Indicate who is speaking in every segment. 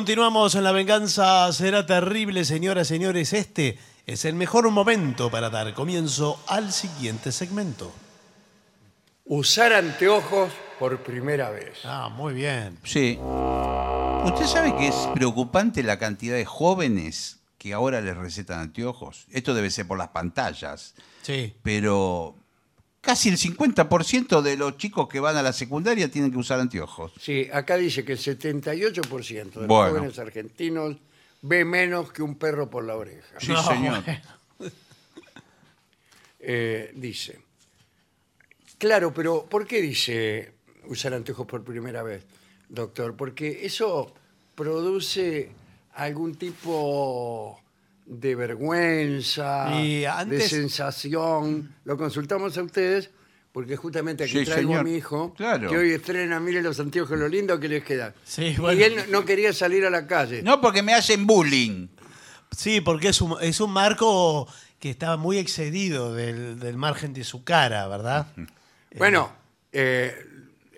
Speaker 1: Continuamos en La Venganza Será Terrible, señoras, señores. Este es el mejor momento para dar comienzo al siguiente segmento.
Speaker 2: Usar anteojos por primera vez.
Speaker 1: Ah, muy bien.
Speaker 3: Sí. ¿Usted sabe que es preocupante la cantidad de jóvenes que ahora les recetan anteojos? Esto debe ser por las pantallas,
Speaker 1: Sí.
Speaker 3: pero casi el 50% de los chicos que van a la secundaria tienen que usar anteojos.
Speaker 2: Sí, acá dice que el 78% de los
Speaker 3: Bueno.
Speaker 2: jóvenes argentinos ve menos que un perro por la oreja.
Speaker 3: Sí, señor.
Speaker 2: Eh, dice, claro, pero ¿por qué dice usar anteojos por primera vez, doctor? Porque eso produce algún tipo de vergüenza,
Speaker 1: Y
Speaker 2: de
Speaker 1: antes-
Speaker 2: sensación. Lo consultamos a ustedes porque justamente aquí
Speaker 3: Sí,
Speaker 2: traigo a
Speaker 3: señor.
Speaker 2: mi hijo
Speaker 3: Claro.
Speaker 2: que hoy estrena, mire los anteojos, lo lindo que les queda.
Speaker 1: Sí, bueno.
Speaker 2: Y él no quería salir a la calle.
Speaker 3: No, porque me hacen bullying.
Speaker 1: Sí, porque es un, es un marco que está muy excedido del, del margen de su cara, ¿verdad?
Speaker 2: Bueno, eh,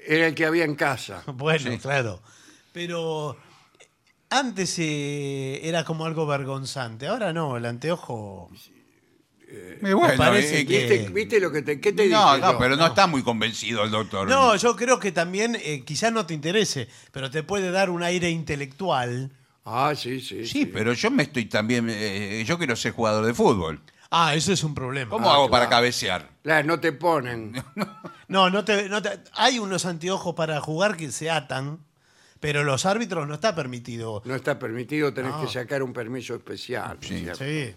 Speaker 2: era el que había en casa.
Speaker 1: Bueno, claro. Pero antes eh, era como algo vergonzante. Ahora no, el anteojo.
Speaker 3: Y bueno,
Speaker 1: parece
Speaker 3: eh,
Speaker 1: que-
Speaker 2: ¿Viste, viste lo que te, qué te
Speaker 3: No,
Speaker 2: dije
Speaker 3: no,
Speaker 2: yo?
Speaker 3: pero no, está muy convencido el doctor.
Speaker 1: No, yo creo que también eh, quizás no te interese, pero te puede dar un aire intelectual.
Speaker 2: Ah, sí, sí.
Speaker 3: Sí, pero yo me estoy también. eh, yo quiero ser jugador de fútbol.
Speaker 1: Ah, eso es un problema.
Speaker 3: ¿Cómo hago para cabecear?
Speaker 2: Las no te ponen.
Speaker 1: No, no te, no te- hay unos anteojos para jugar que se atan, pero los árbitros no está permitido.
Speaker 2: No está permitido, tenés
Speaker 1: No.
Speaker 2: que sacar un permiso especial.
Speaker 3: Sí.
Speaker 2: ¿cierto?
Speaker 1: Sí.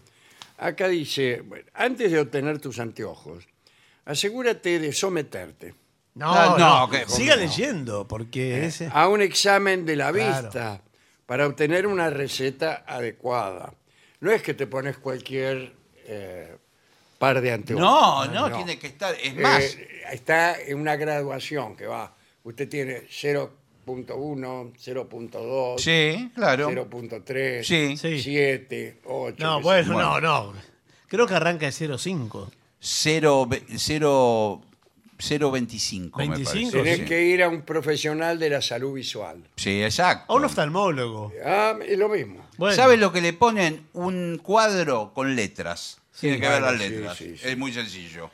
Speaker 2: Acá dice, bueno, antes de obtener tus anteojos, asegúrate de someterte
Speaker 1: No,
Speaker 3: Ah, no,
Speaker 1: no.
Speaker 3: que-
Speaker 1: Siga
Speaker 3: no. Eh, ah,
Speaker 1: leyendo, porque ese.
Speaker 2: a un examen de la
Speaker 1: Claro.
Speaker 2: vista para obtener una receta adecuada. No es que te pones cualquier eh, par de anteojos.
Speaker 3: No, no, tiene que estar. Es más,
Speaker 2: Eh, está en una graduación que va. Usted tiene 0.1, 0.2,
Speaker 3: sí, claro.
Speaker 2: 0.3,
Speaker 3: Sí.
Speaker 1: Sí.
Speaker 2: 7, 8.
Speaker 1: No, bueno, no, no. Creo que arranca de 0,5.
Speaker 3: 0, 0, 025, me
Speaker 1: 25,
Speaker 3: parece.
Speaker 2: Tenés
Speaker 3: sí.
Speaker 2: que ir a un profesional de la salud visual.
Speaker 3: Sí,
Speaker 1: A
Speaker 3: exacto.
Speaker 1: un oftalmólogo.
Speaker 2: Ah, es lo mismo.
Speaker 1: Bueno,
Speaker 3: ¿Sabes lo que le ponen? Un cuadro con letras. tiene que
Speaker 2: bueno,
Speaker 3: ver las
Speaker 2: sí,
Speaker 3: letras.
Speaker 2: sí, sí.
Speaker 3: Es muy sencillo.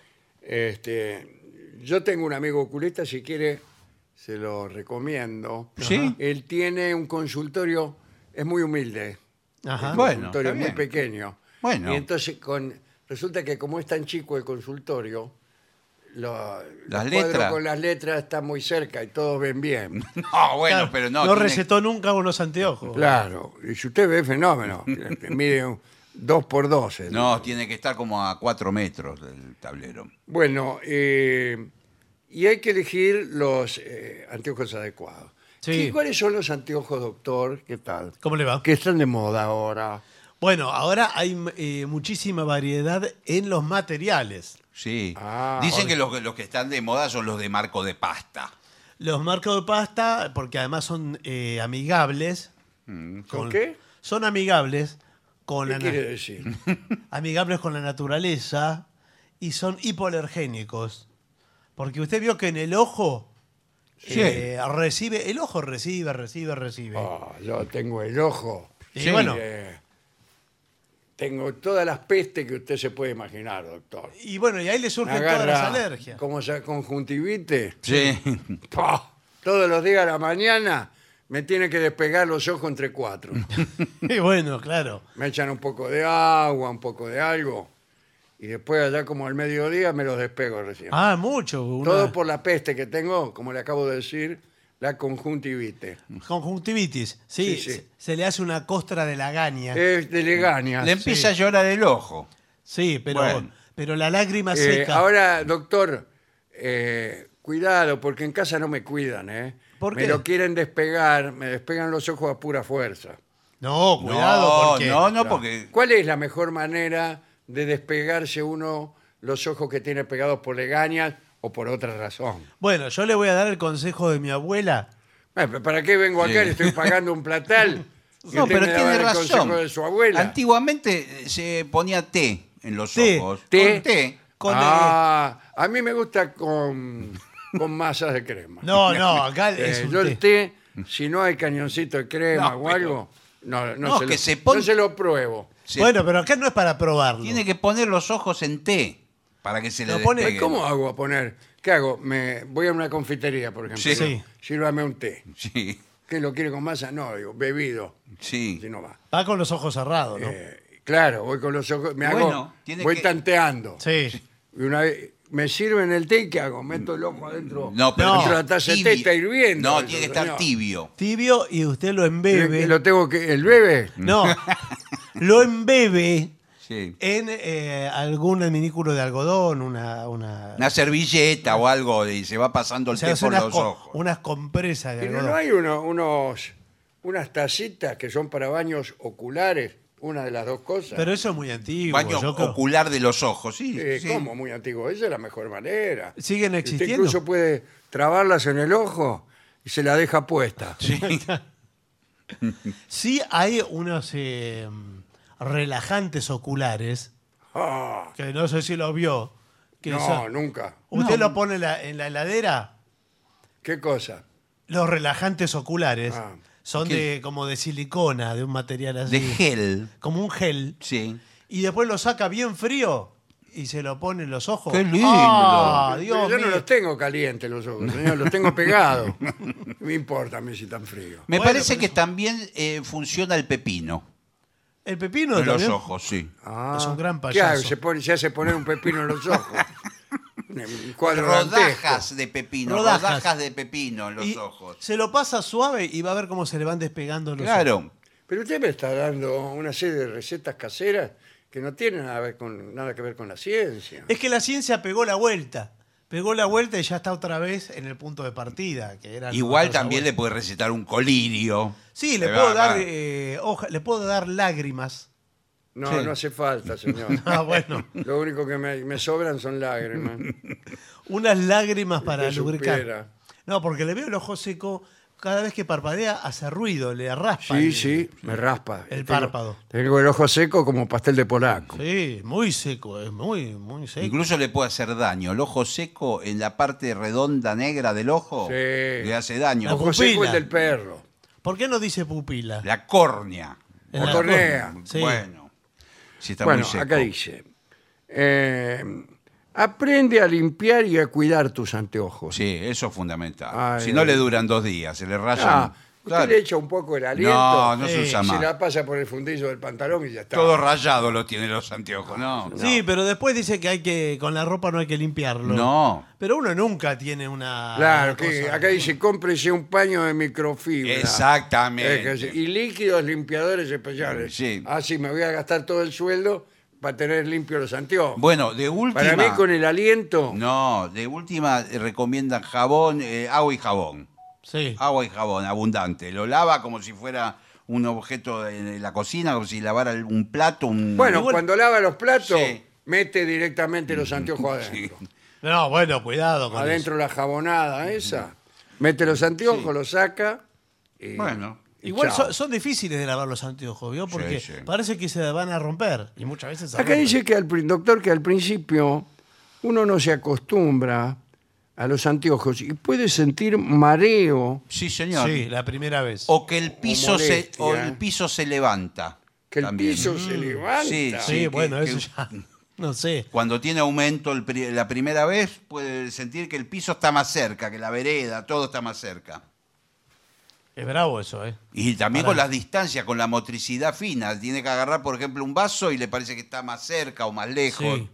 Speaker 2: Este, yo tengo un amigo oculista, si quiere, se lo recomiendo.
Speaker 3: Sí.
Speaker 2: Él tiene un consultorio, es muy humilde.
Speaker 1: Ajá.
Speaker 3: Ah, Bueno,
Speaker 2: consultorio
Speaker 3: está
Speaker 2: muy
Speaker 3: bien.
Speaker 2: pequeño.
Speaker 3: Bueno.
Speaker 2: Y entonces con, resulta que como es tan chico el consultorio, lo- los cuadros
Speaker 3: letras.
Speaker 2: con las letras están muy cerca y todos ven bien.
Speaker 3: No, bueno, pero no.
Speaker 1: No
Speaker 3: tiene-
Speaker 1: recetó nunca unos anteojos.
Speaker 2: Claro, y si usted ve fenómeno, mide un- dos por dos. el-
Speaker 3: No, tiene que estar como a 4 metros del tablero.
Speaker 2: Bueno, eh, y hay que elegir los eh, anteojos adecuados.
Speaker 1: Sí.
Speaker 2: ¿Y cuáles son los anteojos, doctor? ¿Qué tal?
Speaker 1: ¿Cómo le va?
Speaker 2: Que están de moda ahora.
Speaker 1: Bueno, ahora hay eh, muchísima variedad en los materiales.
Speaker 3: Sí.
Speaker 2: Ah,
Speaker 3: Dicen
Speaker 2: ok.
Speaker 3: que los, que los que están de moda son los de marco de pasta.
Speaker 1: Los marcos de pasta, porque además son eh, amigables.
Speaker 2: Mm, ¿Con qué?
Speaker 1: Son amigables con
Speaker 2: ¿Qué
Speaker 1: la
Speaker 2: quiere
Speaker 1: na-
Speaker 2: decir?
Speaker 1: amigables con la naturaleza y son hipoalergénicos. Porque usted vio que en el ojo eh, recibe, el ojo recibe, recibe, recibe.
Speaker 2: Ah, yo tengo el ojo.
Speaker 1: Y bueno,
Speaker 2: Eh, tengo todas las pestes que usted se puede imaginar, doctor.
Speaker 1: y bueno, y ahí le
Speaker 2: Me
Speaker 1: surgen todas las
Speaker 2: agarra
Speaker 1: alergias.
Speaker 2: como sea conjuntivite.
Speaker 3: Sí.
Speaker 2: ¡pah! Todos los días a la mañana me tiene que despegar los ojos entre cuatro.
Speaker 1: Y bueno, claro.
Speaker 2: me echan un poco de agua, un poco de algo. Y después allá como al mediodía me los despego recién.
Speaker 1: Ah, mucho. una-
Speaker 2: Todo por la peste que tengo, como le acabo de decir, la conjuntivite.
Speaker 1: Conjuntivitis, sí,
Speaker 2: Sí, Eh, sí.
Speaker 1: Se, se le hace una costra de la gaña.
Speaker 2: Es de legaña.
Speaker 1: Ah,
Speaker 3: Le empieza a llorar el ojo.
Speaker 1: sí, pero,
Speaker 3: bueno.
Speaker 1: pero la lágrima
Speaker 2: Eh,
Speaker 1: seca.
Speaker 2: ahora, doctor, eh, cuidado, porque en casa no me cuidan, ¿eh?
Speaker 1: ¿Por
Speaker 2: me
Speaker 1: qué?
Speaker 2: lo quieren despegar, me despegan los ojos a pura fuerza.
Speaker 1: no, cuidado,
Speaker 3: no,
Speaker 1: porque
Speaker 3: no, no, porque.
Speaker 2: ¿Cuál es la mejor manera de despegarse uno los ojos que tiene pegados por legañas o por otra razón?
Speaker 1: Bueno, yo le voy a dar el consejo de mi abuela.
Speaker 2: Eh, pero ¿Para qué vengo acá?
Speaker 3: Sí.
Speaker 2: Le estoy pagando un platal. Y
Speaker 3: No,
Speaker 2: usted
Speaker 3: pero
Speaker 2: me va a
Speaker 3: tiene
Speaker 2: dar el
Speaker 3: razón.
Speaker 2: consejo de su abuela.
Speaker 3: Antiguamente eh, se ponía té en los
Speaker 1: Té,
Speaker 3: ojos.
Speaker 2: té.
Speaker 3: Con té.
Speaker 1: Con
Speaker 2: ah, a mí me gusta con, con masas de crema.
Speaker 1: No, no, acá es
Speaker 2: Eh,
Speaker 1: un
Speaker 2: yo
Speaker 1: té.
Speaker 2: el té si no hay cañoncito de crema
Speaker 3: No,
Speaker 2: o
Speaker 3: pero-
Speaker 2: algo, no, no
Speaker 3: No,
Speaker 2: se,
Speaker 3: que
Speaker 2: lo,
Speaker 3: se pon-
Speaker 2: no se lo pruebo.
Speaker 3: Sí.
Speaker 1: Bueno, pero acá no es para probarlo.
Speaker 3: Tiene que poner los ojos en T para que se le
Speaker 1: Lo pone-
Speaker 3: despegue.
Speaker 2: ¿Cómo hago a poner? ¿Qué hago? Me voy a una confitería, por ejemplo.
Speaker 3: Sí.
Speaker 1: Sí.
Speaker 2: Sírvame un té.
Speaker 3: Sí,
Speaker 2: ¿Qué lo quiere con masa? No, digo, bebido. Si
Speaker 3: sí.
Speaker 2: no va.
Speaker 1: Va con los ojos cerrados, ¿no?
Speaker 2: Eh, claro, voy con los ojos, me hago,
Speaker 3: Bueno, tiene
Speaker 2: voy
Speaker 3: que-
Speaker 2: tanteando.
Speaker 1: sí.
Speaker 2: Y una vez me sirven el té y ¿qué hago? Meto el ojo adentro.
Speaker 3: No, pero
Speaker 1: No.
Speaker 3: tiene-
Speaker 2: Pero la taza de té
Speaker 3: tibio.
Speaker 2: está hirviendo,
Speaker 3: No, tiene que estar
Speaker 2: señor.
Speaker 3: tibio.
Speaker 1: Tibio y usted lo
Speaker 2: Y
Speaker 1: embebe.
Speaker 2: Lo tengo que el bebé.
Speaker 1: No, lo embebe
Speaker 3: Sí.
Speaker 1: en eh, algún adminículo de algodón, una... una
Speaker 3: Una servilleta o algo y se va pasando el
Speaker 1: se
Speaker 3: té
Speaker 1: hace
Speaker 3: por
Speaker 1: unas,
Speaker 3: los
Speaker 1: co-
Speaker 3: ojos.
Speaker 1: unas compresas de
Speaker 2: Pero
Speaker 1: algodón.
Speaker 2: no hay uno- unos unas tacitas que son para baños oculares, una de las dos cosas.
Speaker 1: Pero eso es muy antiguo.
Speaker 3: Baño
Speaker 1: yo creo.
Speaker 3: ocular de los ojos, sí.
Speaker 2: Eh,
Speaker 3: sí.
Speaker 2: ¿Cómo? Muy antiguo. Esa es la mejor manera.
Speaker 1: ¿Siguen
Speaker 2: Usted
Speaker 1: existiendo?
Speaker 2: incluso puede trabarlas en el ojo y se la deja puesta.
Speaker 1: Sí hay unos eh, relajantes oculares,
Speaker 2: Ah,
Speaker 1: que no sé si los vio. Que
Speaker 2: no,
Speaker 1: son-
Speaker 2: nunca.
Speaker 1: Usted
Speaker 3: No.
Speaker 1: lo pone en la, en la heladera,
Speaker 2: ¿Qué cosa?
Speaker 1: los relajantes oculares
Speaker 2: Ah.
Speaker 1: son
Speaker 3: ¿Qué?
Speaker 1: de como de silicona, de un material así.
Speaker 3: De gel.
Speaker 1: Como un gel.
Speaker 3: Sí.
Speaker 1: Y después lo saca bien frío y se lo pone en los ojos.
Speaker 3: ¡Qué lindo!
Speaker 1: ¡Ah,
Speaker 2: Pero
Speaker 1: Dios
Speaker 2: yo
Speaker 1: mío!
Speaker 2: no los tengo calientes los ojos, señor, los tengo pegados. Me importa a mí si están fríos.
Speaker 3: Me
Speaker 1: Bueno,
Speaker 3: parece
Speaker 1: pero
Speaker 3: que
Speaker 1: eso-
Speaker 3: también eh, funciona el pepino
Speaker 1: El pepino
Speaker 3: en los
Speaker 1: también.
Speaker 3: ojos, sí.
Speaker 2: Ah,
Speaker 1: Es un gran
Speaker 2: ¿Qué hago?
Speaker 1: payaso.
Speaker 2: Se, pone- se hace poner un pepino en los ojos. Un cuadro
Speaker 3: Rodajas de pepino,
Speaker 1: Rodajas.
Speaker 3: rodajas, de pepino en los
Speaker 1: Y
Speaker 3: ojos.
Speaker 1: se lo pasa suave y va a ver cómo se le van despegando los ojos.
Speaker 3: Claro.
Speaker 2: Pero usted me está dando una serie de recetas caseras que no tienen nada, que ver con, nada que ver con la ciencia.
Speaker 1: Es que la ciencia pegó la vuelta. Pegó la vuelta y ya está otra vez en el punto de partida. Que era
Speaker 3: Igual también le puede recetar un colirio.
Speaker 1: Sí, le
Speaker 3: Va,
Speaker 1: puedo, dar,
Speaker 3: va.
Speaker 1: eh, hoja- le puedo dar lágrimas.
Speaker 2: No,
Speaker 3: Sí.
Speaker 2: no hace falta, señor.
Speaker 1: Ah, bueno.
Speaker 2: Lo único que me, me sobran son lágrimas.
Speaker 1: Unas lágrimas para
Speaker 2: Usted
Speaker 1: lubricar.
Speaker 2: supiera.
Speaker 1: No, porque le veo el ojo seco. Cada vez que parpadea hace ruido, le raspa.
Speaker 2: Sí,
Speaker 1: el-
Speaker 2: sí, me raspa.
Speaker 1: El
Speaker 2: Tengo-
Speaker 1: párpado.
Speaker 2: Tengo el ojo seco como pastel de polaco.
Speaker 1: Sí, muy seco, es muy, muy seco.
Speaker 3: Incluso le puede hacer daño. El ojo seco en la parte redonda negra del ojo
Speaker 2: Sí.
Speaker 3: le hace
Speaker 1: La
Speaker 3: daño.
Speaker 2: Ojo seco Pues el
Speaker 1: pupila.
Speaker 2: del perro.
Speaker 1: ¿Por qué no dice pupila?
Speaker 3: La córnea.
Speaker 1: En la
Speaker 2: cornea.
Speaker 1: Sí.
Speaker 3: Bueno. Si está
Speaker 2: bueno,
Speaker 3: muy seco.
Speaker 2: acá dice, eh, aprende a limpiar y a cuidar tus anteojos.
Speaker 3: Sí, eso es fundamental.
Speaker 2: Ay,
Speaker 3: si no
Speaker 2: ay.
Speaker 3: le duran dos días, se le rayan.
Speaker 2: Ah, usted
Speaker 3: Claro.
Speaker 2: le echa un poco el aliento,
Speaker 3: No, no se
Speaker 1: Sí.
Speaker 3: usa
Speaker 2: se
Speaker 3: más.
Speaker 2: la pasa por el fundillo del pantalón y ya está.
Speaker 3: Todo rayado lo tiene los anteojos. No.
Speaker 1: Sí, pero después dice que hay que con la ropa no hay que limpiarlo.
Speaker 3: No.
Speaker 1: Pero uno nunca tiene una.
Speaker 2: Claro,
Speaker 1: una
Speaker 2: que
Speaker 1: cosa-
Speaker 2: acá dice, cómprese un paño de microfibra. Eh, que
Speaker 3: Exactamente.
Speaker 2: sí, Y líquidos limpiadores especiales.
Speaker 3: Sí.
Speaker 2: Ah, sí, me voy a gastar todo el sueldo para tener limpios los anteojos.
Speaker 3: Bueno, de última.
Speaker 2: para mí con el aliento...
Speaker 3: No, de última eh, recomiendan jabón, eh, agua y jabón.
Speaker 1: Sí.
Speaker 3: Agua y jabón, abundante. Lo lava como si fuera un objeto de de la cocina, como si lavara el- un plato, un.
Speaker 2: Bueno,
Speaker 1: Igual-
Speaker 2: cuando lava los platos,
Speaker 3: Sí.
Speaker 2: mete directamente los anteojos
Speaker 3: Sí.
Speaker 2: adentro.
Speaker 1: No, bueno, cuidado con
Speaker 2: Adentro la jabonada esa. Mete los anteojos, los saca. y-
Speaker 3: Bueno.
Speaker 1: eso.
Speaker 2: y
Speaker 1: Igual
Speaker 2: chao.
Speaker 1: son, son difíciles de lavar los anteojos, ¿vio? Porque
Speaker 3: sí.
Speaker 1: parece que se van a romper. Y muchas veces se
Speaker 2: Acá
Speaker 1: rompen.
Speaker 2: dice que al pri- doctor que al principio uno no se acostumbra a los anteojos y puede sentir mareo
Speaker 3: Sí, señor.
Speaker 1: Sí, la primera vez.
Speaker 3: O que el piso, se,
Speaker 2: molestia.
Speaker 3: o el piso se levanta.
Speaker 2: que el
Speaker 3: también. Mm,
Speaker 2: piso se levanta.
Speaker 3: Sí,
Speaker 1: sí,
Speaker 3: que-
Speaker 1: bueno,
Speaker 3: que-
Speaker 1: eso ya. No sé.
Speaker 3: Cuando tiene aumento el pri- la primera vez, puede sentir que el piso está más cerca, que la vereda, todo está más cerca.
Speaker 1: Es bravo eso, ¿eh?
Speaker 3: Y también
Speaker 1: Pará.
Speaker 3: con las distancias, con la motricidad fina. Tiene que agarrar, por ejemplo, un vaso y le parece que está más cerca o más lejos.
Speaker 1: Sí.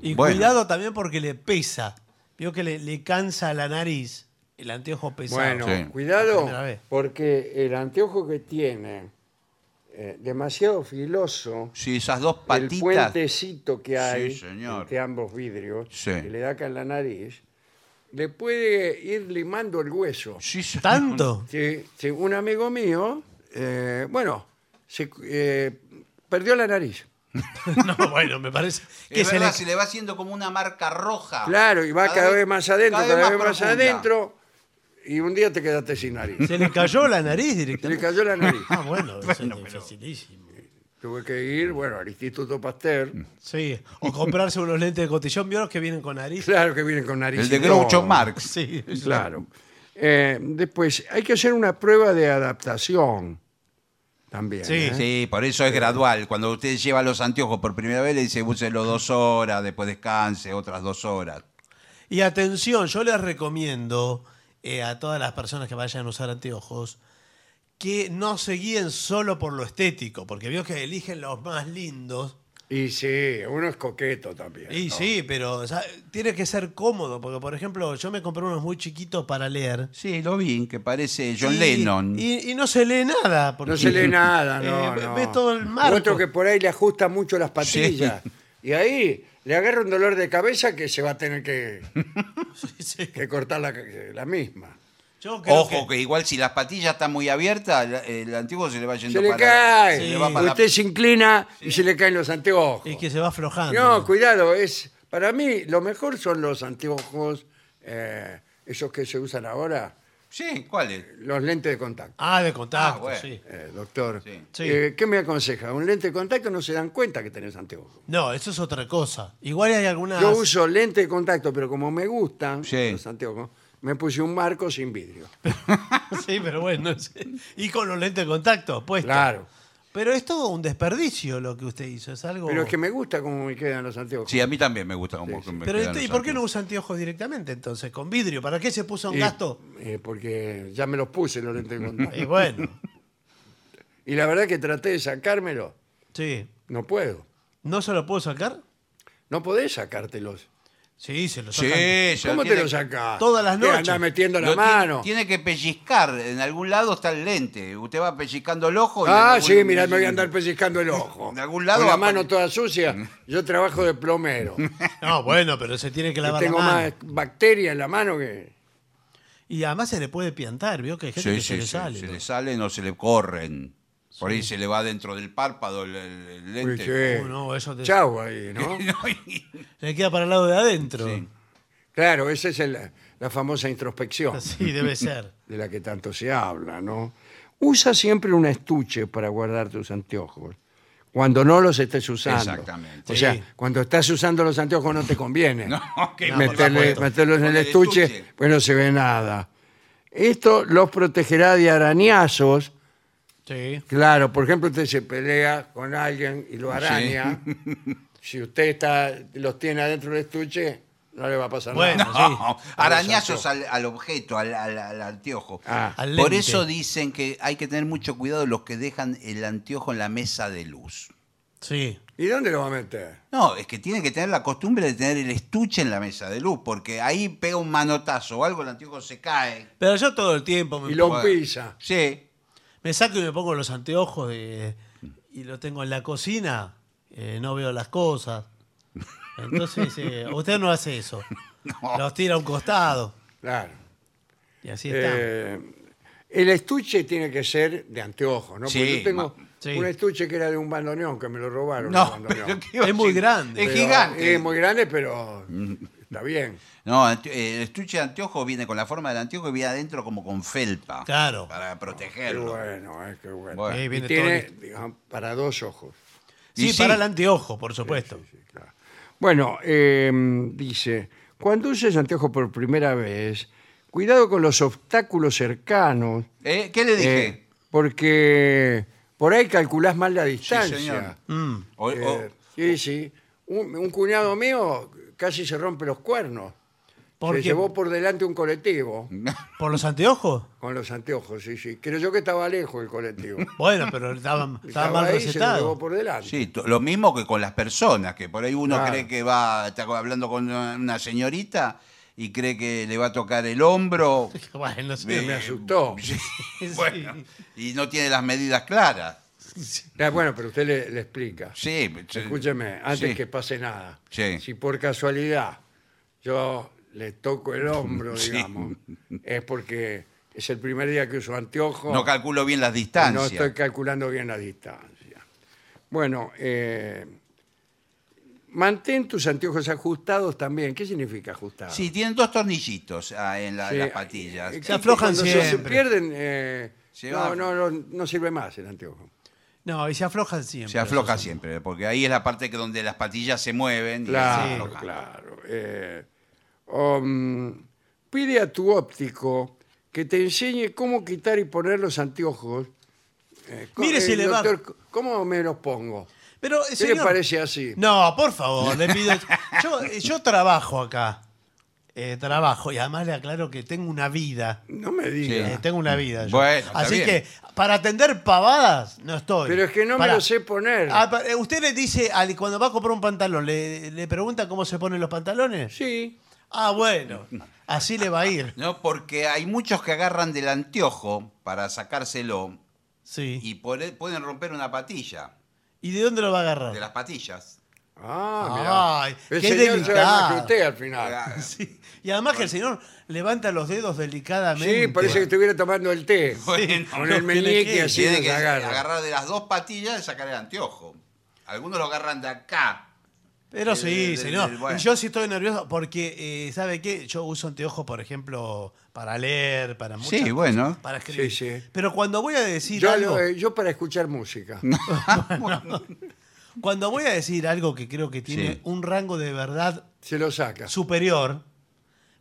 Speaker 1: Y
Speaker 3: Bueno.
Speaker 1: cuidado también porque le pesa. Vio que le, le cansa la nariz. El anteojo pesado.
Speaker 2: Bueno,
Speaker 3: Sí.
Speaker 1: La
Speaker 2: cuidado,
Speaker 1: primera vez.
Speaker 2: porque el anteojo que tiene, eh, demasiado filoso,
Speaker 3: Sí, esas dos
Speaker 2: el
Speaker 3: patitas.
Speaker 2: puentecito que hay
Speaker 3: Sí, señor.
Speaker 2: entre ambos vidrios,
Speaker 3: Sí.
Speaker 2: que le da acá en la nariz, le puede ir limando el hueso.
Speaker 3: Sí, señor.
Speaker 1: ¿Tanto?
Speaker 2: Sí, sí, un amigo mío, eh, bueno, se, eh, perdió la nariz.
Speaker 1: No, bueno, me parece que
Speaker 3: Es
Speaker 1: se
Speaker 3: verdad,
Speaker 1: le-
Speaker 3: se le va haciendo como una marca roja.
Speaker 2: Claro, y va cada, vez, más adentro, cada, vez más,
Speaker 3: profunda.
Speaker 2: adentro, y un día te quedaste sin nariz.
Speaker 1: Se le cayó la nariz
Speaker 2: Se le
Speaker 1: directamente.
Speaker 2: cayó la nariz.
Speaker 1: Ah, bueno, eso
Speaker 3: Bueno,
Speaker 1: es
Speaker 3: pero-
Speaker 1: dificilísimo.
Speaker 2: Tuve que ir, bueno, al Instituto Pasteur.
Speaker 1: Sí, o comprarse unos lentes de cotillón, ¿vieron que vienen con nariz?
Speaker 2: Claro que vienen con nariz.
Speaker 3: El de Groucho Marx.
Speaker 1: Sí,
Speaker 2: Claro. Eh, Eh, después, hay que hacer una prueba de adaptación también.
Speaker 1: Sí,
Speaker 2: ¿eh?
Speaker 3: Sí, por eso es gradual. Cuando usted lleva los anteojos por primera vez, le dice, úselo dos horas, después descanse, otras dos horas.
Speaker 1: Y atención, yo les recomiendo eh, a todas las personas que vayan a usar anteojos que no se guíen solo por lo estético, porque vio que eligen los más lindos.
Speaker 2: Y sí, uno es coqueto también.
Speaker 1: Y
Speaker 2: ¿no?
Speaker 1: sí, pero o sea, tiene que ser cómodo, porque por ejemplo, yo me compré unos muy chiquitos para leer.
Speaker 3: Sí, lo vi, que parece John
Speaker 1: y-
Speaker 3: Lennon.
Speaker 1: Y, y no se lee nada. Porque,
Speaker 2: No se lee nada,
Speaker 1: Eh,
Speaker 2: no,
Speaker 1: ve-
Speaker 2: no.
Speaker 1: ve todo el marco.
Speaker 2: Otro que por ahí le ajusta mucho las patillas. Y ahí le agarra un dolor de cabeza que se va a tener que,
Speaker 1: Sí.
Speaker 2: que cortar la, la misma.
Speaker 1: Yo creo
Speaker 3: Ojo, que... igual si las patillas están muy abiertas, la- el anteojo se le va yendo
Speaker 2: Se le
Speaker 3: para...
Speaker 2: cae.
Speaker 3: se
Speaker 1: Sí.
Speaker 3: le va para la-
Speaker 2: Usted se inclina y se le caen los anteojos.
Speaker 1: Y que se va aflojando.
Speaker 2: No, cuidado, es para mí lo mejor son los anteojos, eh, esos que se usan ahora,
Speaker 3: Sí, ¿cuál es?
Speaker 2: los lentes de contacto.
Speaker 1: Ah, de contacto,
Speaker 3: Ah, bueno.
Speaker 1: sí.
Speaker 2: Eh, doctor,
Speaker 3: Sí.
Speaker 1: Sí.
Speaker 2: eh, ¿qué me aconseja? Un lente de contacto no se dan cuenta que tenés anteojos.
Speaker 1: No, eso es otra cosa. Igual hay algunas.
Speaker 2: Yo uso lente de contacto, pero como me gustan
Speaker 3: Ah, Sí.
Speaker 2: los anteojos, me puse un marco sin vidrio.
Speaker 1: sí, pero bueno. sí. Y con los lentes de contacto, pues.
Speaker 2: Claro.
Speaker 1: Pero es todo un desperdicio lo que usted hizo. Es algo.
Speaker 2: Pero es que me gusta cómo me quedan los anteojos.
Speaker 3: Oh. Sí, a mí también me gusta como
Speaker 2: Sí, sí.
Speaker 3: que me
Speaker 1: Pero, este,
Speaker 3: quedan
Speaker 1: ¿y
Speaker 3: los
Speaker 1: por qué no
Speaker 3: anteojos.
Speaker 1: usa anteojos directamente entonces? Con vidrio. ¿Para qué se puso un
Speaker 2: Y-
Speaker 1: gasto?
Speaker 2: eh, porque ya me los puse los lentes de
Speaker 1: Y
Speaker 3: Eh,
Speaker 2: contacto.
Speaker 1: bueno,
Speaker 2: y la verdad que traté de sacármelo,
Speaker 1: sí.
Speaker 2: no puedo.
Speaker 1: ¿No se lo puedo sacar?
Speaker 2: No podés sacártelos.
Speaker 1: Sí, se lo
Speaker 3: Sí,
Speaker 1: sacan.
Speaker 3: ya
Speaker 2: ¿Cómo
Speaker 3: tiene-
Speaker 2: te lo sacás?
Speaker 1: Todas las
Speaker 2: Te
Speaker 1: noches.
Speaker 2: Andás metiendo
Speaker 3: lo
Speaker 2: la
Speaker 3: ti-
Speaker 2: mano.
Speaker 3: Tiene que pellizcar, en algún lado está el lente. Usted va pellizcando el ojo. y en
Speaker 2: Ah,
Speaker 3: algún-
Speaker 2: sí, mirá, me voy a andar pellizcando el ojo.
Speaker 3: De algún lado
Speaker 2: Con la
Speaker 3: va a
Speaker 2: mano
Speaker 3: poner-
Speaker 2: toda sucia. Yo trabajo de plomero. Y
Speaker 1: No, bueno, pero se tiene que lavar
Speaker 2: tengo
Speaker 1: la mano.
Speaker 2: más bacterias en la mano que.
Speaker 1: Y además se le puede piantar, ¿vio? Que hay gente
Speaker 3: Sí,
Speaker 1: que
Speaker 3: sí,
Speaker 1: se le
Speaker 3: sí,
Speaker 1: sale.
Speaker 3: se
Speaker 1: ¿no?
Speaker 3: le salen o se le corren. Por ahí se le va dentro del párpado el, el- el
Speaker 2: Uy,
Speaker 3: lente.
Speaker 2: qué
Speaker 1: Uh, no, eso te-
Speaker 2: Chau ahí, ¿no?
Speaker 1: Le queda para el lado de adentro.
Speaker 3: Sí.
Speaker 2: claro, esa es el- la famosa introspección
Speaker 1: Así debe ser.
Speaker 2: de la que tanto se habla, ¿no? Usa siempre un estuche para guardar tus anteojos. Cuando no los estés usando.
Speaker 3: Exactamente.
Speaker 2: O
Speaker 1: Sí.
Speaker 2: sea, cuando estás usando los anteojos no te conviene.
Speaker 3: No, que
Speaker 1: No,
Speaker 3: por
Speaker 2: meterle,
Speaker 3: supuesto.
Speaker 2: meterlo en
Speaker 3: Con
Speaker 2: el estuche, pues no se ve nada. Esto los protegerá de arañazos.
Speaker 1: Sí.
Speaker 2: Claro, por ejemplo, usted se pelea con alguien y lo araña. Si usted está, los tiene adentro del estuche, no le va a pasar
Speaker 1: Bueno.
Speaker 2: nada.
Speaker 3: No,
Speaker 1: Sí.
Speaker 3: Oh, arañazos al, al objeto, al, al- al anteojo.
Speaker 2: Ah,
Speaker 1: Al
Speaker 3: Por
Speaker 1: lente.
Speaker 3: eso dicen que hay que tener mucho cuidado los que dejan el anteojo en la mesa de luz.
Speaker 1: Sí.
Speaker 2: ¿Y dónde lo va a meter?
Speaker 3: No, es que tienen que tener la costumbre de tener el estuche en la mesa de luz, porque ahí pega un manotazo o algo, el anteojo se cae.
Speaker 1: Pero yo todo el tiempo me,
Speaker 2: Y lo
Speaker 3: Bueno.
Speaker 2: pisa.
Speaker 3: Sí,
Speaker 1: me saco y me pongo los anteojos de- y lo tengo en la cocina. eh, no veo las cosas. Entonces, eh, usted no hace eso. Los tira a un costado.
Speaker 2: Claro.
Speaker 1: Y así está.
Speaker 2: Eh, el estuche tiene que ser de anteojos, ¿no?
Speaker 3: Sí,
Speaker 2: Porque yo tengo
Speaker 3: ma-
Speaker 1: sí.
Speaker 2: un estuche que era de un bandoneón, que me lo robaron. el
Speaker 3: No,
Speaker 2: bandoneón.
Speaker 3: pero ¿qué va a
Speaker 1: Es muy
Speaker 3: decir?
Speaker 1: grande.
Speaker 3: Es
Speaker 2: Pero
Speaker 3: gigante. Mm.
Speaker 2: Es muy grande, pero está bien.
Speaker 3: No, ante- eh, el estuche de anteojo viene con la forma del anteojo y viene adentro como con felpa.
Speaker 1: Claro.
Speaker 3: Para
Speaker 2: Qué
Speaker 3: protegerlo.
Speaker 2: bueno, eh, qué bueno.
Speaker 3: Bueno.
Speaker 1: Eh,
Speaker 2: Y
Speaker 1: viene
Speaker 2: tiene
Speaker 1: todo
Speaker 2: digamos, para dos ojos.
Speaker 1: Sí,
Speaker 3: y sí.
Speaker 1: para el anteojo, por supuesto.
Speaker 2: Sí, claro. Bueno, eh, dice, cuando uses anteojos por primera vez, cuidado con los obstáculos cercanos,
Speaker 3: Eh, ¿Qué le dije?
Speaker 2: eh, porque por ahí calculás mal la
Speaker 3: Sí,
Speaker 2: distancia.
Speaker 3: señor.
Speaker 1: Mm.
Speaker 3: O- o-
Speaker 2: Eh,
Speaker 3: oh.
Speaker 2: sí, sí. Un, un cuñado mío casi se rompe los cuernos.
Speaker 1: ¿Por
Speaker 2: se
Speaker 1: qué?
Speaker 2: llevó por delante un colectivo
Speaker 1: ¿Por los anteojos?
Speaker 2: con los anteojos, sí, sí. Creo yo que estaba lejos el colectivo.
Speaker 1: Bueno, pero estaban,
Speaker 2: Estaba
Speaker 1: estaban mal
Speaker 2: ahí, se lo llevó
Speaker 1: recetados.
Speaker 2: por delante.
Speaker 3: sí, to- lo mismo que con las personas, que por ahí uno
Speaker 2: Claro.
Speaker 3: cree que va, está hablando con una una señorita y cree que le va a tocar el hombro.
Speaker 1: Bueno, sí.
Speaker 3: Eh,
Speaker 2: me asustó.
Speaker 3: sí,
Speaker 1: Sí.
Speaker 3: bueno, y no tiene las medidas claras.
Speaker 2: Ah, bueno, pero usted le, le explica.
Speaker 3: Sí, sí.
Speaker 2: Escúcheme, antes
Speaker 3: Sí.
Speaker 2: que pase nada,
Speaker 3: Sí.
Speaker 2: si por casualidad yo le toco el hombro,
Speaker 3: Sí.
Speaker 2: digamos, es porque es el primer día que uso anteojos.
Speaker 3: No calculo bien las
Speaker 2: y no
Speaker 3: distancias.
Speaker 2: estoy calculando bien la distancia. Bueno, eh, mantén tus anteojos ajustados también. ¿Qué significa ajustado?
Speaker 3: Sí, tienen dos tornillitos ah, en la-
Speaker 2: Sí,
Speaker 3: las patillas.
Speaker 2: eh, que-
Speaker 1: Se aflojan
Speaker 2: cuando se- Se,
Speaker 1: siempre.
Speaker 2: pierden, eh,
Speaker 3: Se
Speaker 2: no,
Speaker 3: van.
Speaker 2: no, no, no sirve más el anteojo.
Speaker 1: No, y se aflojan siempre.
Speaker 3: Se afloja
Speaker 1: esos anteojos.
Speaker 3: siempre, porque ahí es la parte que donde las patillas se mueven. y se
Speaker 2: Claro, mm,
Speaker 3: aflojan.
Speaker 2: claro. Eh, um, pide a tu óptico que te enseñe cómo quitar y poner los anteojos. Eh, co-
Speaker 1: Mire si le va-
Speaker 2: doctor, ¿Cómo me los pongo?
Speaker 1: Pero,
Speaker 2: ¿Qué
Speaker 1: señor-
Speaker 2: le parece así?
Speaker 1: No, por favor, le pido. Yo, yo trabajo acá. Eh, trabajo y además le aclaro que tengo una vida.
Speaker 2: No me diga.
Speaker 1: Eh, tengo una vida. yo.
Speaker 3: Ah. Bueno, está
Speaker 1: Así
Speaker 3: bien.
Speaker 1: que para atender pavadas no estoy.
Speaker 2: Pero es que no
Speaker 1: Pará.
Speaker 2: me lo sé poner.
Speaker 1: Ah, pa- eh, usted le dice al, cuando va a comprar un pantalón, le, le pregunta cómo se ponen los pantalones.
Speaker 2: Sí.
Speaker 1: Ah, bueno, así le va a ir.
Speaker 3: No, porque hay muchos que agarran del anteojo para sacárselo
Speaker 1: Sí.
Speaker 3: y pone- pueden romper una patilla,
Speaker 1: ¿Y de dónde lo va a agarrar?
Speaker 3: de las patillas.
Speaker 2: Ah,
Speaker 1: Ay,
Speaker 2: mirá. El
Speaker 1: qué
Speaker 2: señor sabe más que
Speaker 1: delicado.
Speaker 2: usted al final.
Speaker 3: Ah,
Speaker 1: Sí. Y además que el señor levanta los dedos delicadamente.
Speaker 2: Sí, parece que estuviera tomando el té.
Speaker 3: Bueno,
Speaker 2: Con
Speaker 1: lo
Speaker 2: el
Speaker 1: que le
Speaker 2: meñique
Speaker 1: quede.
Speaker 2: así
Speaker 3: tiene
Speaker 2: nos
Speaker 3: que
Speaker 2: agarra.
Speaker 3: agarrar de las dos patillas y sacar el anteojo. Algunos lo agarran de acá.
Speaker 1: Pero
Speaker 3: El-
Speaker 1: sí,
Speaker 3: el-
Speaker 1: señor.
Speaker 3: el- bueno.
Speaker 1: Y yo sí estoy nervioso porque, eh, ¿sabe qué? Yo uso anteojos, por ejemplo, para leer, para muchas
Speaker 3: Sí, bueno.
Speaker 1: para escribir.
Speaker 2: Sí, sí.
Speaker 1: Pero cuando voy a decir
Speaker 2: Yo,
Speaker 1: algo,
Speaker 2: lo- eh, yo para escuchar música.
Speaker 1: cuando voy a decir algo que creo que tiene
Speaker 3: Sí.
Speaker 1: un rango de verdad
Speaker 2: Se lo saca.
Speaker 1: superior,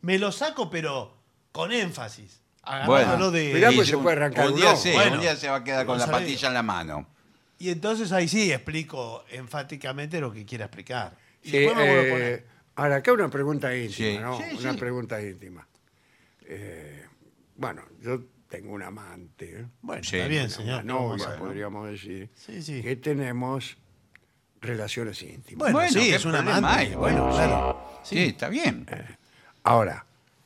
Speaker 1: me lo saco pero con énfasis, agarrándolo
Speaker 3: Bueno.
Speaker 1: de
Speaker 2: Mirá, pues,
Speaker 3: Y
Speaker 2: se puede arrancar
Speaker 3: Un
Speaker 2: un
Speaker 3: día
Speaker 2: ojo.
Speaker 3: sí,
Speaker 1: Bueno.
Speaker 3: un día se va a quedar con
Speaker 1: No
Speaker 3: la
Speaker 1: sabía.
Speaker 3: patilla en la mano.
Speaker 1: y entonces ahí sí explico enfáticamente lo que quiera explicar. Y
Speaker 2: Sí,
Speaker 1: después me vuelvo a
Speaker 2: eh,
Speaker 1: poner.
Speaker 2: ahora, acá una pregunta íntima,
Speaker 3: Sí.
Speaker 2: ¿no?
Speaker 3: Sí,
Speaker 2: una
Speaker 3: sí.
Speaker 2: pregunta íntima. Eh, bueno, yo tengo un amante, ¿eh?
Speaker 1: Bueno,
Speaker 3: sí,
Speaker 1: está bien,
Speaker 3: una
Speaker 1: señor.
Speaker 2: una
Speaker 1: ¿qué vamos a
Speaker 2: novia,
Speaker 1: hacer, no?
Speaker 2: podríamos decir,
Speaker 1: Sí, sí.
Speaker 2: que tenemos relaciones íntimas.
Speaker 1: Bueno,
Speaker 3: Bueno,
Speaker 1: sí,
Speaker 3: ¿qué
Speaker 1: es una
Speaker 3: problema
Speaker 1: amante.
Speaker 3: hay?
Speaker 1: Bueno,
Speaker 3: Bueno,
Speaker 1: claro.
Speaker 3: Sí, está bien.
Speaker 2: Ahora,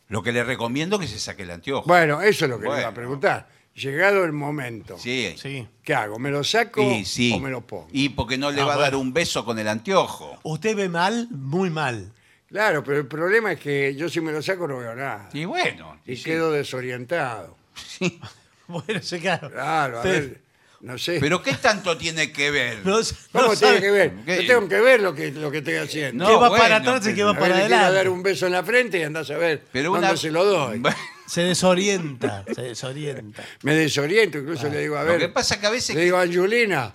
Speaker 3: Lo que le recomiendo es que se saque el anteojo.
Speaker 2: bueno, eso es lo que le iba a
Speaker 3: Bueno.
Speaker 2: preguntar. Llegado el momento,
Speaker 3: sí.
Speaker 1: Sí.
Speaker 2: ¿qué hago? ¿Me lo saco
Speaker 3: Y sí.
Speaker 2: o me lo pongo?
Speaker 3: Y porque no le
Speaker 1: Ah,
Speaker 3: va a dar
Speaker 1: bueno.
Speaker 3: un beso con el anteojo.
Speaker 1: Usted ve mal, muy mal.
Speaker 2: Claro, pero el problema es que yo si me lo saco no veo nada.
Speaker 3: Y bueno.
Speaker 2: Y
Speaker 3: sí.
Speaker 2: quedo desorientado.
Speaker 1: Bueno, sí, claro.
Speaker 2: Claro, a
Speaker 1: Usted-
Speaker 2: ver, no sé.
Speaker 3: Pero ¿qué tanto tiene que ver?
Speaker 1: No, s- no
Speaker 2: ¿Cómo tiene
Speaker 1: sabe-
Speaker 2: que ver?
Speaker 3: ¿Qué?
Speaker 2: Yo tengo que ver lo que, lo que estoy haciendo.
Speaker 1: que
Speaker 3: No,
Speaker 1: va
Speaker 3: bueno,
Speaker 1: para atrás y que
Speaker 3: pero-
Speaker 1: va
Speaker 2: a
Speaker 1: para
Speaker 2: ver, le quiero dar
Speaker 1: adelante.
Speaker 2: un beso en la frente y andás a ver
Speaker 3: Pero
Speaker 2: cuándo
Speaker 3: una-
Speaker 2: se lo doy.
Speaker 1: Se desorienta, se desorienta.
Speaker 2: Me desoriento, incluso le digo, a
Speaker 3: Lo
Speaker 2: ver,
Speaker 3: que pasa es que a veces
Speaker 2: le digo, Angelina,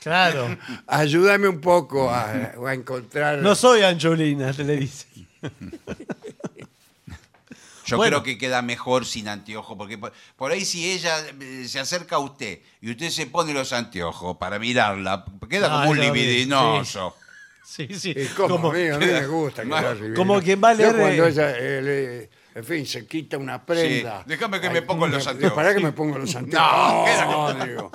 Speaker 1: Claro.
Speaker 2: ayúdame un poco a, a encontrar...
Speaker 1: No soy Angelina, se le dice.
Speaker 3: Yo
Speaker 1: Bueno.
Speaker 3: creo que queda mejor sin anteojo, porque por, por ahí si ella eh, se acerca a usted y usted se pone los anteojos para mirarla, queda
Speaker 1: No,
Speaker 3: como un
Speaker 1: yo-
Speaker 3: libidinoso.
Speaker 1: Sí, sí.
Speaker 2: Y cómo,
Speaker 1: Como-
Speaker 2: amigo, a mí me gusta que
Speaker 3: Mal.
Speaker 2: lo revelen.
Speaker 1: Como quien va a
Speaker 2: Yo
Speaker 1: leer,
Speaker 2: cuando
Speaker 1: eh,
Speaker 2: ella, eh, le- en fin, se quita una prenda.
Speaker 3: Déjame que
Speaker 2: Ay,
Speaker 3: me pongo los
Speaker 2: no,
Speaker 3: anteojos.
Speaker 2: Pará que me pongo los anteojos. No, digo.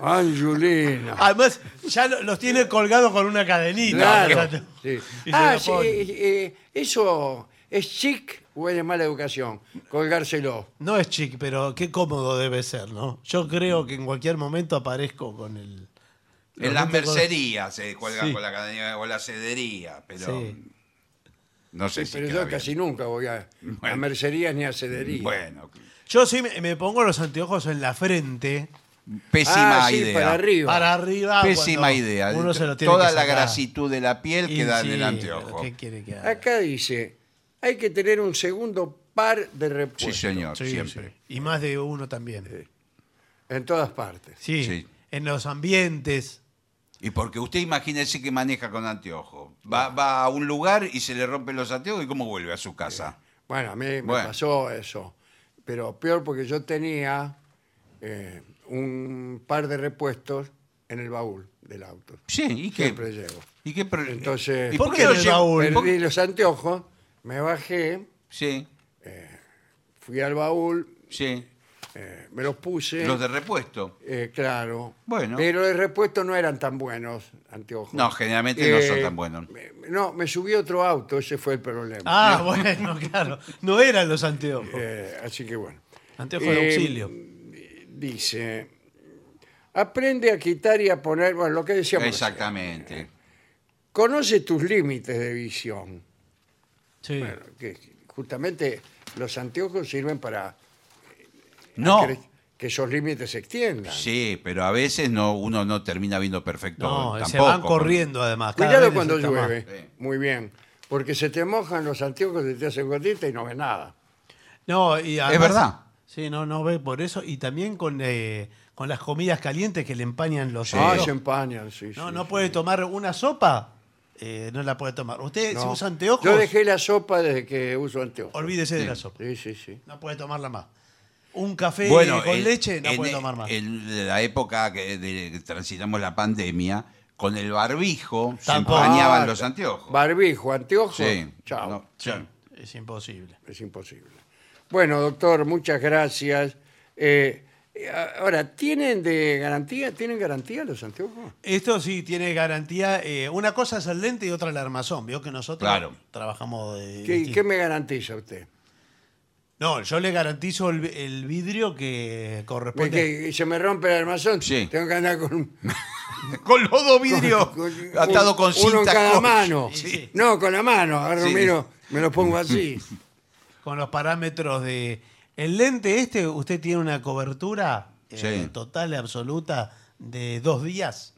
Speaker 2: Angelina.
Speaker 1: Además, ya lo- los tiene colgados con una cadenita.
Speaker 2: Claro.
Speaker 1: Exacto.
Speaker 2: sí.
Speaker 1: Y se
Speaker 2: Ah,
Speaker 1: la
Speaker 2: sí,
Speaker 1: pone.
Speaker 2: eh, eh, eso es chic o es de mala educación, colgárselo.
Speaker 1: No es chic, pero qué cómodo debe ser, ¿no? Yo creo que en cualquier momento aparezco con el...
Speaker 3: En las
Speaker 1: los-
Speaker 3: mercerías se cuelgan
Speaker 1: Sí.
Speaker 3: con la cadena o la cedería, pero
Speaker 1: Sí.
Speaker 3: no sé si
Speaker 2: pero
Speaker 3: queda
Speaker 2: yo
Speaker 3: bien.
Speaker 2: casi nunca voy a, a mercerías ni a cederías.
Speaker 3: Bueno,
Speaker 1: Yo sí me, me pongo los anteojos en la frente,
Speaker 3: pésima
Speaker 2: ah, sí,
Speaker 3: idea.
Speaker 2: para arriba. Ah,
Speaker 1: para arriba.
Speaker 3: Pésima
Speaker 1: cuando
Speaker 3: idea.
Speaker 1: Uno se lo tiene
Speaker 3: Toda
Speaker 1: que
Speaker 3: la
Speaker 1: sacar.
Speaker 3: grasitud de la piel
Speaker 1: Y
Speaker 3: queda en
Speaker 1: sí,
Speaker 3: el
Speaker 1: pero
Speaker 3: anteojo.
Speaker 1: ¿Qué quiere que haga?
Speaker 2: Acá dice, hay que tener un segundo par de
Speaker 3: Sí,
Speaker 2: repuestos.
Speaker 3: señor,
Speaker 1: Sí,
Speaker 3: siempre.
Speaker 1: sí. Y más de uno también.
Speaker 2: En todas partes.
Speaker 1: Sí,
Speaker 3: Sí.
Speaker 1: en los ambientes.
Speaker 3: Y porque usted imagínese que maneja con anteojo. Va, va a un lugar y se le rompen los anteojos y cómo vuelve a su casa.
Speaker 1: Eh,
Speaker 2: Bueno, a mí me
Speaker 3: Bueno.
Speaker 2: pasó eso. Pero peor porque yo tenía eh, un par de repuestos en el baúl del auto.
Speaker 3: Sí, ¿y qué?
Speaker 2: Siempre llevo.
Speaker 3: ¿Y qué pro-
Speaker 2: Entonces-
Speaker 3: ¿y
Speaker 1: ¿Por qué en el
Speaker 3: lleva-
Speaker 1: baúl?
Speaker 3: ¿Por-
Speaker 2: Perdí los anteojos, me bajé,
Speaker 3: Sí,
Speaker 2: fui al baúl,
Speaker 3: sí.
Speaker 2: eh, me los puse.
Speaker 3: Los de repuesto.
Speaker 2: eh, claro.
Speaker 3: Bueno.
Speaker 2: Pero de repuesto no eran tan buenos, anteojos. Eh,
Speaker 3: No, generalmente no son tan buenos.
Speaker 2: me- No, me subí otro auto, ese fue el problema.
Speaker 1: Ah, bueno, claro. No eran los anteojos.
Speaker 2: Eh, así que bueno.
Speaker 1: Anteojos de
Speaker 2: Eh,
Speaker 1: auxilio.
Speaker 2: Dice, aprende a quitar y a poner, bueno, lo que decíamos.
Speaker 3: Exactamente.
Speaker 2: Conoce tus límites de visión.
Speaker 1: Sí.
Speaker 2: Bueno, que justamente los anteojos sirven para
Speaker 1: Ah,
Speaker 3: No.
Speaker 2: cre- que esos límites se extiendan.
Speaker 3: Sí, pero a veces no, uno no termina viendo perfecto.
Speaker 1: No,
Speaker 3: tampoco.
Speaker 1: se van corriendo además. cada
Speaker 2: Cuidado
Speaker 1: vez
Speaker 2: cuando
Speaker 1: les está
Speaker 2: llueve.
Speaker 1: más.
Speaker 3: Sí.
Speaker 2: Muy bien. Porque se te mojan los anteojos, se te hacen gotitas y no ves nada.
Speaker 1: No, y además-
Speaker 3: verdad.
Speaker 1: Sí, no, no ve por eso. Y también con, eh, con las comidas calientes que le empañan los
Speaker 3: Sí.
Speaker 2: Ah,
Speaker 1: anteojos.
Speaker 2: se empañan, sí.
Speaker 1: No,
Speaker 2: sí,
Speaker 1: no
Speaker 2: sí.
Speaker 1: puede tomar una sopa. eh, no la puede tomar. Usted, si
Speaker 2: No.
Speaker 1: usa anteojos,
Speaker 2: Yo dejé la sopa desde que uso anteojos.
Speaker 1: olvídese de
Speaker 3: Sí.
Speaker 1: la sopa.
Speaker 2: Sí, sí, sí.
Speaker 1: No puede tomarla más. Un café con
Speaker 3: en-
Speaker 1: leche no
Speaker 3: en- e
Speaker 1: puede tomar más.
Speaker 3: En la época que, de- que transitamos la pandemia, con el barbijo se
Speaker 1: Tampoco.
Speaker 3: empañaban
Speaker 2: Ah,
Speaker 3: los anteojos.
Speaker 2: Barbijo, anteojos.
Speaker 3: Sí.
Speaker 2: Chao.
Speaker 3: no, chao.
Speaker 1: es imposible.
Speaker 2: Es imposible. Bueno, doctor, muchas gracias. Eh, eh, ahora, ¿tienen de garantía? ¿Tienen garantía los anteojos?
Speaker 1: Esto sí tiene garantía. eh, una cosa es el lente y otra el armazón. Vio que nosotros
Speaker 3: Claro.
Speaker 1: trabajamos de.
Speaker 2: ¿Qué,
Speaker 1: distinto.
Speaker 2: qué me garantiza usted?
Speaker 1: No, yo le garantizo el, vi- el vidrio que corresponde.
Speaker 2: Porque se me rompe el armazón.
Speaker 3: Sí.
Speaker 2: Tengo que andar con un.
Speaker 3: Con los dos vidrios
Speaker 2: con-
Speaker 3: atado con
Speaker 2: uno
Speaker 3: cinta.
Speaker 2: en cada
Speaker 3: scotch.
Speaker 2: mano.
Speaker 1: Sí, sí.
Speaker 2: No, con la mano. Ahora
Speaker 3: Sí.
Speaker 2: miro, me lo pongo así.
Speaker 1: con los parámetros de. El lente este, usted tiene una cobertura eh,
Speaker 3: Sí.
Speaker 1: total y absoluta de dos días.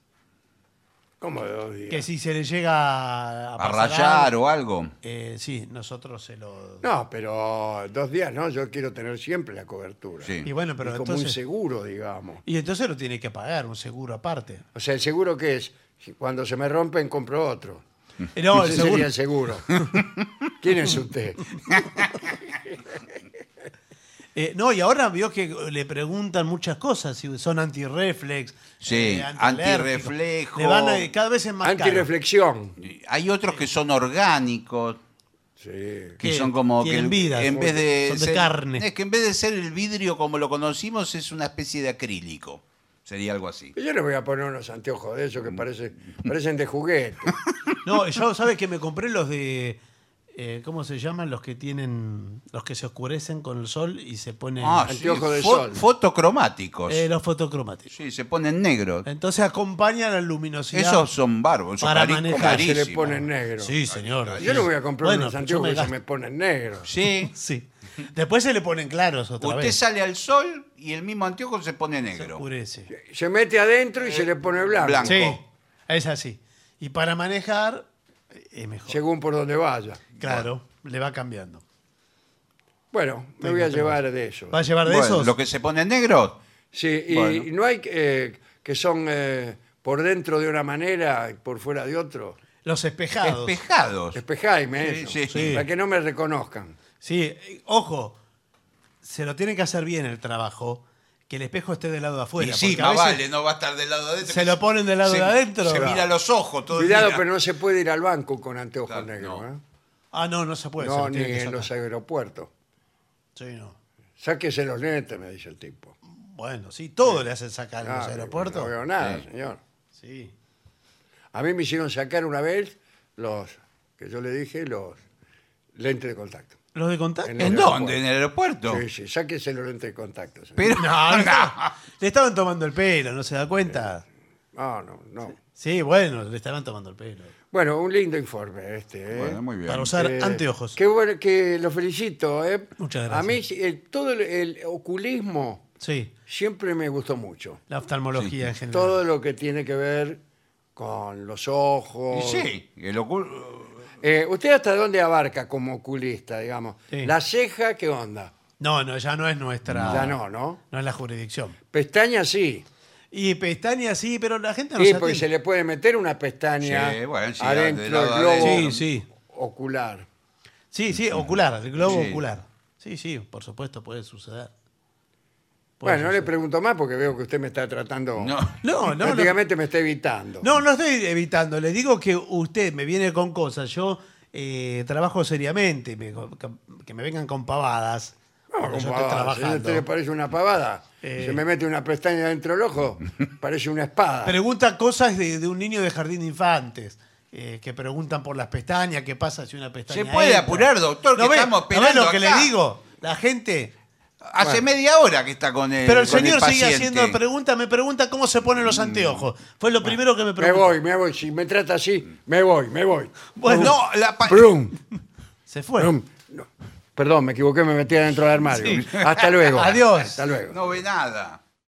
Speaker 2: ¿Cómo de dos días?
Speaker 1: Que si se le llega a,
Speaker 3: A
Speaker 1: pasar
Speaker 3: rayar
Speaker 1: algo,
Speaker 3: o algo.
Speaker 1: eh, sí, nosotros se lo.
Speaker 2: No, pero dos días no. Yo quiero tener siempre la cobertura.
Speaker 3: Sí.
Speaker 1: Y bueno, pero
Speaker 2: Y como un
Speaker 1: entonces.
Speaker 2: seguro, digamos.
Speaker 1: Y entonces lo tiene que pagar, un seguro aparte.
Speaker 2: O sea, el seguro que es, Si cuando se me rompen, compro otro.
Speaker 3: Mm.
Speaker 1: Eh, No, el
Speaker 2: Ese
Speaker 1: seguro.
Speaker 2: sería el seguro. ¿Quién es usted?
Speaker 1: Eh, no, y ahora vio que le preguntan muchas cosas, si son antirreflex,
Speaker 3: Sí,
Speaker 1: antialérgicos.
Speaker 3: antirreflejo.
Speaker 1: Le van a- cada vez es más caro.
Speaker 2: Antireflexión.
Speaker 3: Y Hay otros que son orgánicos,
Speaker 2: Sí.
Speaker 3: que
Speaker 1: Que
Speaker 3: son como
Speaker 1: tienen
Speaker 3: que el-
Speaker 1: vida,
Speaker 3: en vez de
Speaker 1: son de
Speaker 3: ser-
Speaker 1: carne.
Speaker 3: Es que en vez de ser el vidrio como lo conocimos es una especie de acrílico. Sería algo así.
Speaker 2: Yo le voy a poner unos anteojos de esos que parecen, parecen de juguete.
Speaker 1: No, yo sabes que me compré los de eh, ¿cómo se llaman? Los que tienen los que se oscurecen con el sol y se ponen
Speaker 3: Ah,
Speaker 2: Anteojos de sol.
Speaker 3: Fotocromáticos.
Speaker 1: eh, los fotocromáticos.
Speaker 3: Sí, se ponen negros.
Speaker 1: Entonces acompaña la luminosidad.
Speaker 3: Esos son bárbaros. esos
Speaker 1: ah, Para
Speaker 3: cari-
Speaker 1: manejar.
Speaker 2: ¿Cómo se le
Speaker 3: carísimos.
Speaker 2: ponen negro.
Speaker 1: Sí, señor.
Speaker 2: Yo le voy a comprar
Speaker 1: Bueno,
Speaker 2: unos
Speaker 1: yo
Speaker 2: anteojos que se
Speaker 1: gasto.
Speaker 2: me ponen negros.
Speaker 3: Sí.
Speaker 1: Sí. Después se le ponen claros otra
Speaker 3: Usted
Speaker 1: vez.
Speaker 3: sale al sol y el mismo anteojo se pone
Speaker 1: Se
Speaker 3: negro.
Speaker 1: oscurece.
Speaker 2: Se mete adentro y se le pone blanco.
Speaker 3: blanco.
Speaker 1: Sí, es así. Y para manejar eh, es mejor.
Speaker 2: Según por donde vaya.
Speaker 1: Claro, le va cambiando.
Speaker 2: Bueno, me voy a llevar de eso.
Speaker 1: ¿Va a llevar de
Speaker 3: Bueno,
Speaker 1: esos?
Speaker 3: lo que se pone negro,
Speaker 2: Sí, y
Speaker 3: Bueno.
Speaker 2: no hay eh, que son eh, por dentro de una manera y por fuera de otro.
Speaker 1: Los espejados.
Speaker 3: espejados.
Speaker 2: Espejadme
Speaker 3: Sí,
Speaker 2: eso,
Speaker 3: sí.
Speaker 1: Sí.
Speaker 2: para que no me reconozcan.
Speaker 1: sí, eh, ojo, se lo tienen que hacer bien el trabajo, que el espejo esté del lado de afuera.
Speaker 3: Y sí,
Speaker 1: porque a
Speaker 3: más
Speaker 1: veces
Speaker 3: vale, no va a estar del lado de adentro.
Speaker 1: Se lo ponen del lado
Speaker 3: Se-
Speaker 1: de adentro. Ah,
Speaker 3: Se mira los ojos todo el
Speaker 2: Cuidado,
Speaker 3: día.
Speaker 2: pero no se puede ir al banco con anteojos
Speaker 3: Claro,
Speaker 2: negros.
Speaker 3: no.
Speaker 2: ¿eh?
Speaker 1: Ah, no, no se puede. se
Speaker 2: No,
Speaker 1: lo
Speaker 2: ni
Speaker 1: tienen que
Speaker 2: en los
Speaker 1: sacar.
Speaker 2: aeropuertos.
Speaker 1: Sí, no.
Speaker 2: Sáquese los lentes, me dice el tipo.
Speaker 1: Bueno, sí, todo le hacen sacar en
Speaker 2: Ah,
Speaker 1: los aeropuertos.
Speaker 2: No veo nada,
Speaker 3: Sí.
Speaker 2: señor.
Speaker 1: Sí.
Speaker 2: A mí me hicieron sacar una vez los, que yo le dije, los lentes de contacto.
Speaker 1: ¿Los de contacto?
Speaker 2: En
Speaker 3: ¿En
Speaker 2: el
Speaker 3: dónde? ¿En
Speaker 2: aeropuerto.
Speaker 3: el aeropuerto?
Speaker 2: Sí, sí, sáquese los lentes de contacto. señor.
Speaker 3: Pero
Speaker 1: No, no. Le estaban tomando el pelo, ¿no se da cuenta?
Speaker 2: No, no, no.
Speaker 1: Sí, bueno, le estaban tomando el pelo.
Speaker 2: Bueno, un lindo informe este. ¿eh?
Speaker 3: Bueno, muy bien.
Speaker 1: Para usar
Speaker 2: Eh,
Speaker 1: anteojos.
Speaker 2: Qué bueno, que lo felicito. ¿eh?
Speaker 1: Muchas
Speaker 2: A mí eh, todo el, el oculismo
Speaker 1: Sí,
Speaker 2: siempre me gustó mucho.
Speaker 1: la oftalmología en general.
Speaker 2: Todo lo que tiene que ver con los
Speaker 3: Y
Speaker 2: ojos.
Speaker 3: sí, el ocul-
Speaker 2: Eh, ¿Usted hasta dónde abarca como oculista, digamos?
Speaker 1: Sí.
Speaker 2: La ceja, ¿qué onda?
Speaker 1: No, no, ya no es
Speaker 3: Ah.
Speaker 1: nuestra.
Speaker 2: Ya no, ¿no?
Speaker 1: No es la jurisdicción.
Speaker 2: Pestaña sí.
Speaker 1: Y pestañas sí, pero la gente no
Speaker 2: Sí,
Speaker 1: se
Speaker 2: porque se
Speaker 1: atiende.
Speaker 2: le puede meter una pestaña
Speaker 3: Sí, bueno, sí,
Speaker 2: adentro del
Speaker 3: del lado
Speaker 2: globo
Speaker 3: adentro.
Speaker 1: Sí, sí.
Speaker 2: ocular.
Speaker 1: Sí, sí, ocular, el globo
Speaker 3: Sí.
Speaker 1: ocular. Sí, sí, por supuesto puede suceder. Puede
Speaker 2: Bueno, no le
Speaker 1: suceder.
Speaker 2: pregunto más porque veo que usted me está tratando.
Speaker 3: No.
Speaker 1: No, no, no.
Speaker 2: prácticamente me está evitando.
Speaker 1: No, no estoy evitando. Le digo que usted me viene con cosas. Yo eh, trabajo seriamente. me- que me vengan con pavadas.
Speaker 2: No,
Speaker 1: cuando yo
Speaker 2: compadre,
Speaker 1: estoy
Speaker 2: si a
Speaker 1: trabajando.
Speaker 2: usted le parece una pavada,
Speaker 1: Eh.
Speaker 2: se me mete una pestaña dentro del ojo, parece una espada.
Speaker 1: Pregunta cosas de, de un niño de jardín de infantes. eh, que preguntan por las pestañas, qué pasa si una pestaña.
Speaker 3: Se puede
Speaker 1: entra.
Speaker 3: apurar, doctor, que
Speaker 1: ¿No ve?
Speaker 3: estamos
Speaker 1: ¿No ve
Speaker 3: esperando
Speaker 1: lo que
Speaker 3: acá?
Speaker 1: le digo? La gente.
Speaker 3: Hace
Speaker 2: Bueno.
Speaker 3: media hora que está con el
Speaker 1: Pero el
Speaker 3: con
Speaker 1: señor sigue
Speaker 3: paciente. Mm.
Speaker 1: haciendo preguntas. Me pregunta cómo se ponen los anteojos. Fue lo primero que me
Speaker 2: me
Speaker 1: preguntó.
Speaker 2: voy, me voy, si me trata así, me voy, me voy.
Speaker 1: Bueno,
Speaker 3: No, la pa-
Speaker 2: Brum,
Speaker 1: se fue.
Speaker 2: brum. No. Perdón, me equivoqué, me metí adentro del armario. Hasta luego.
Speaker 1: Adiós.
Speaker 2: Hasta luego.
Speaker 3: no ve nada.